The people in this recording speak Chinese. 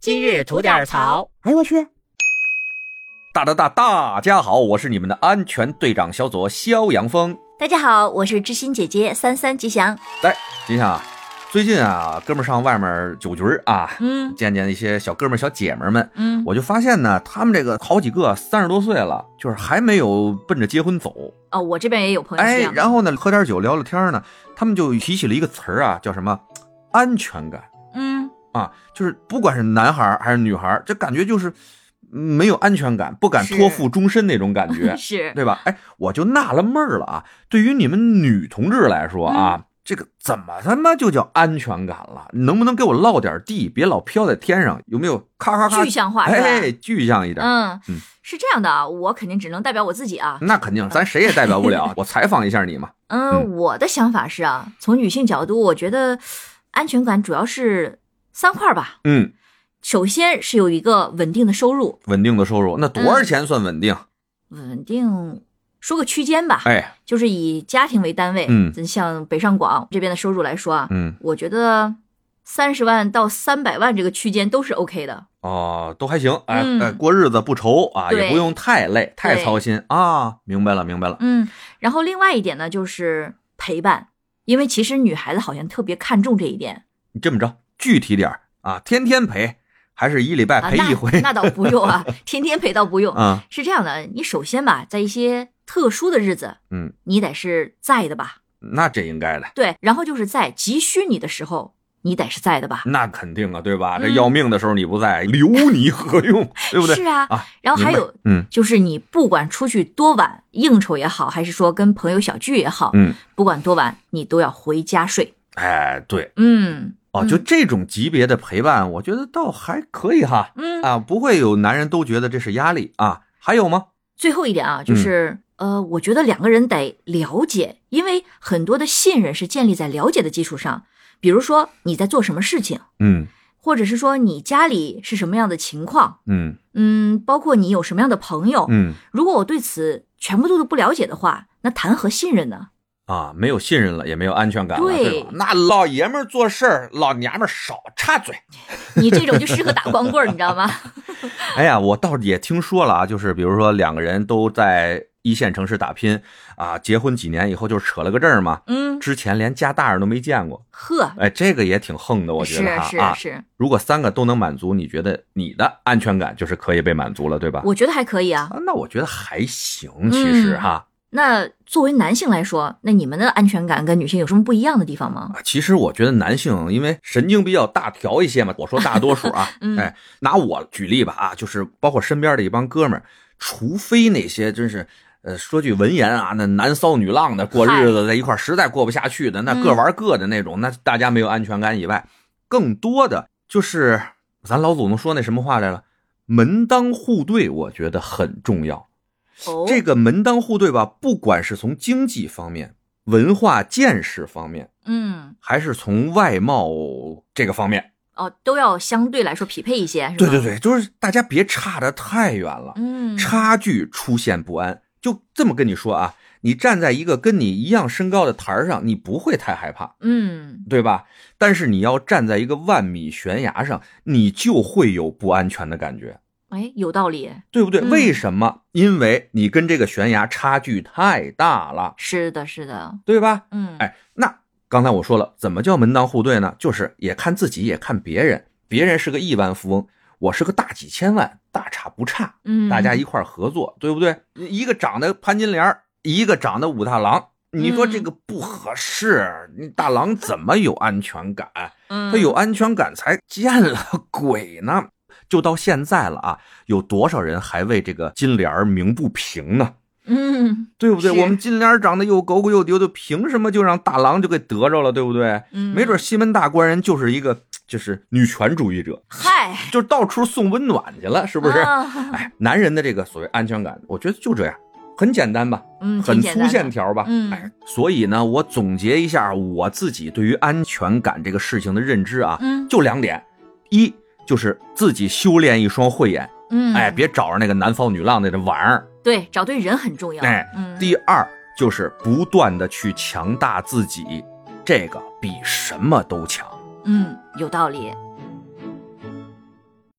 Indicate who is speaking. Speaker 1: 今日吐点槽。
Speaker 2: 哎，我去！
Speaker 3: 大大大大家好，我是你们的安全队长小左肖阳峰。
Speaker 2: 大家好，我是知心姐姐三三吉祥。
Speaker 3: 哎，吉祥啊，最近啊，哥们儿上外面酒局儿啊，
Speaker 2: 嗯
Speaker 3: 见见一些小哥们儿、小姐们儿们，
Speaker 2: 嗯，
Speaker 3: 我就发现呢，他们这个好几个三十多岁了，就是还没有奔着结婚走。
Speaker 2: 哦，我这边也有朋友是啊
Speaker 3: 哎
Speaker 2: 这，样的。
Speaker 3: 然后呢，喝点酒聊聊天儿呢，他们就提起了一个词儿啊，叫什么安全感
Speaker 2: 嗯，
Speaker 3: 啊，就是不管是男孩儿还是女孩儿，这感觉就是嗯没有安全感，不敢
Speaker 2: 是。
Speaker 3: 托付终身那种感觉
Speaker 2: 是，
Speaker 3: 对吧？哎，我就纳了闷儿了啊，对于你们女同志来说啊，
Speaker 2: 嗯
Speaker 3: 这个怎么他妈就叫安全感了？能不能给我落点地，别老飘在天上？有没有咔咔咔
Speaker 2: 具？象化是吧？
Speaker 3: 哎，具象一点。
Speaker 2: 嗯
Speaker 3: 嗯，
Speaker 2: 是这样的啊，我肯定只能代表我自己啊。
Speaker 3: 那肯定，咱谁也代表 不了。我采访一下你嘛，
Speaker 2: 嗯，我的想法是啊，从女性角度，我觉得安全感主要是三块儿吧。
Speaker 3: 嗯，
Speaker 2: 首先是有一个稳定的收入，
Speaker 3: 稳定的收入，那多
Speaker 2: 嗯
Speaker 3: 少钱算稳定？
Speaker 2: 稳定说个区间吧，
Speaker 3: 哎，
Speaker 2: 就是以家庭为单位。
Speaker 3: 嗯，
Speaker 2: 像北上广这边的收入来说啊，
Speaker 3: 嗯，
Speaker 2: 我觉得三十万到三百万这个区间都是 OK 的。
Speaker 3: 哦，都还行，哎、
Speaker 2: 嗯
Speaker 3: 哎，过日子不愁啊，
Speaker 2: 对
Speaker 3: 也不用太累、太
Speaker 2: 对
Speaker 3: 操心啊。明白了，明白了。
Speaker 2: 嗯，然后另外一点呢，就是陪伴，因为其实女孩子好像特别看重这一点
Speaker 3: 你这么着，具体点儿啊，天天陪，还是一礼拜
Speaker 2: 啊。
Speaker 3: 哎陪一回？
Speaker 2: 那那 倒不用啊，天天陪倒不用。
Speaker 3: 啊，
Speaker 2: 是这样的，你首先吧，在一些特殊的日子，
Speaker 3: 嗯，
Speaker 2: 你得是在的吧？
Speaker 3: 那这应该的。
Speaker 2: 对，然后就是在急需你的时候，你得是在的吧？
Speaker 3: 那肯定啊，对吧？这
Speaker 2: 嗯
Speaker 3: 要命的时候你不在，留你何用？对不对？
Speaker 2: 是啊，
Speaker 3: 啊，
Speaker 2: 然后还
Speaker 3: 明白
Speaker 2: 有
Speaker 3: 嗯
Speaker 2: 就是你不管出去多晚，应酬也好，还是说跟朋友小聚也好，
Speaker 3: 嗯，
Speaker 2: 不管多晚，你都要回家睡。
Speaker 3: 哎，对
Speaker 2: 嗯
Speaker 3: 哦，就这种级别的陪伴，我觉得倒还可以哈，
Speaker 2: 嗯。
Speaker 3: 啊，不会有男人都觉得这是压力啊。还有吗？
Speaker 2: 最后一点啊，就是、
Speaker 3: 嗯
Speaker 2: 呃，我觉得两个人得了解，因为很多的信任是建立在了解的基础上。比如说你在做什么事情，
Speaker 3: 嗯
Speaker 2: 或者是说你家里是什么样的情况，
Speaker 3: 嗯
Speaker 2: 嗯，包括你有什么样的朋友。
Speaker 3: 嗯
Speaker 2: 如果我对此全部都不了解的话，那谈何信任呢？
Speaker 3: 啊，没有信任了，也没有安全感了，
Speaker 2: 对
Speaker 3: 对吧？那老爷们儿做事儿，老娘们儿少 插嘴。
Speaker 2: 你这种就适合打光棍儿，你知道吗？
Speaker 3: 哎呀，我倒是也听说了啊，就是比如说两个人都在一线城市打拼啊，结婚几年以后就扯了个证儿嘛，
Speaker 2: 嗯，
Speaker 3: 之前连家大人都没见过。
Speaker 2: 呵，
Speaker 3: 哎，这个也挺横的，我觉
Speaker 2: 嗯是
Speaker 3: 得哈
Speaker 2: 是
Speaker 3: 啊，
Speaker 2: 是，
Speaker 3: 如果三个都能满足，你觉得你的安全感就是可以被满足了，对吧？
Speaker 2: 我觉得还可以啊。
Speaker 3: 啊，那我觉得还行，其实
Speaker 2: 嗯
Speaker 3: 哈、
Speaker 2: 那作为男性来说，那你们的安全感跟女性有什么不一样的地方吗？，
Speaker 3: 啊，其实我觉得男性因为神经比较大条一些嘛，我说大多数啊
Speaker 2: 嗯
Speaker 3: 哎，拿我举例吧啊，就是包括身边的一帮哥们儿，除非那些真是。呃，说句文言啊，那男骚女浪的过日子在一块儿实在过不下去的，那各
Speaker 2: 嗯
Speaker 3: 玩各的那种，那大家没有安全感以外，更多的就是咱老祖宗说那什么话来了，门当户对，我觉得很重要。
Speaker 2: 哦，
Speaker 3: 这个门当户对吧，不管是从经济方面、文化见识方面，
Speaker 2: 嗯，
Speaker 3: 还是从外貌这个方面。
Speaker 2: 哦，都要相对来说匹配一些，是吧？
Speaker 3: 对对，对，就是大家别差得太远了，
Speaker 2: 嗯，
Speaker 3: 差距出现不安。就这么跟你说啊，你站在一个跟你一样身高的台儿上，你不会太害怕，
Speaker 2: 嗯，
Speaker 3: 对吧？但是你要站在一个万米悬崖上，你就会有不安全的感觉，
Speaker 2: 哎，有道理，
Speaker 3: 对不对？
Speaker 2: 嗯
Speaker 3: 为什么？因为你跟这个悬崖差距太大了，
Speaker 2: 是的，是的，
Speaker 3: 对吧？
Speaker 2: 嗯，
Speaker 3: 哎，那刚才我说了，怎么叫门当户对呢？就是也看自己，也看别人。别人是个亿万富翁，我是个大几千万，大差不差。
Speaker 2: 嗯，
Speaker 3: 大家一块儿合作，对不对？一个长得潘金莲儿，一个长得武大郎，你说
Speaker 2: 嗯
Speaker 3: 这个不合适，你大郎怎么有安全感？
Speaker 2: 嗯，
Speaker 3: 他有安全感才见了 鬼呢。就到现在了啊，有多少人还为这个金莲儿鸣不平呢？
Speaker 2: 嗯，
Speaker 3: 对不对？
Speaker 2: 是
Speaker 3: 我们金莲儿长得又狗狗又丢丢，凭什么就让大郎就给得着了？对不对？
Speaker 2: 嗯，
Speaker 3: 没准西门大官人就是一个就是女权主义者，
Speaker 2: 嗨，
Speaker 3: 就是到处送温暖去 了，是
Speaker 2: 是
Speaker 3: 不是？
Speaker 2: 啊、
Speaker 3: 哎，男人的这个所谓安全感，我觉得就这样，很简单吧，
Speaker 2: 嗯，
Speaker 3: 很
Speaker 2: 挺简
Speaker 3: 粗
Speaker 2: 单
Speaker 3: 线
Speaker 2: 的，
Speaker 3: 条吧。
Speaker 2: 嗯
Speaker 3: 哎，所以呢，我总结一下我自己对于安全感这个事情的认知啊，
Speaker 2: 嗯
Speaker 3: 就两点，一就是自己修炼一双慧眼，
Speaker 2: 嗯，
Speaker 3: 哎，，别找着那个男骚女浪那玩意儿。
Speaker 2: 对，找对人很重要，
Speaker 3: 哎
Speaker 2: 嗯，
Speaker 3: 第二就是不断的去强大自己，这个比什么都强。
Speaker 2: 嗯，有道理。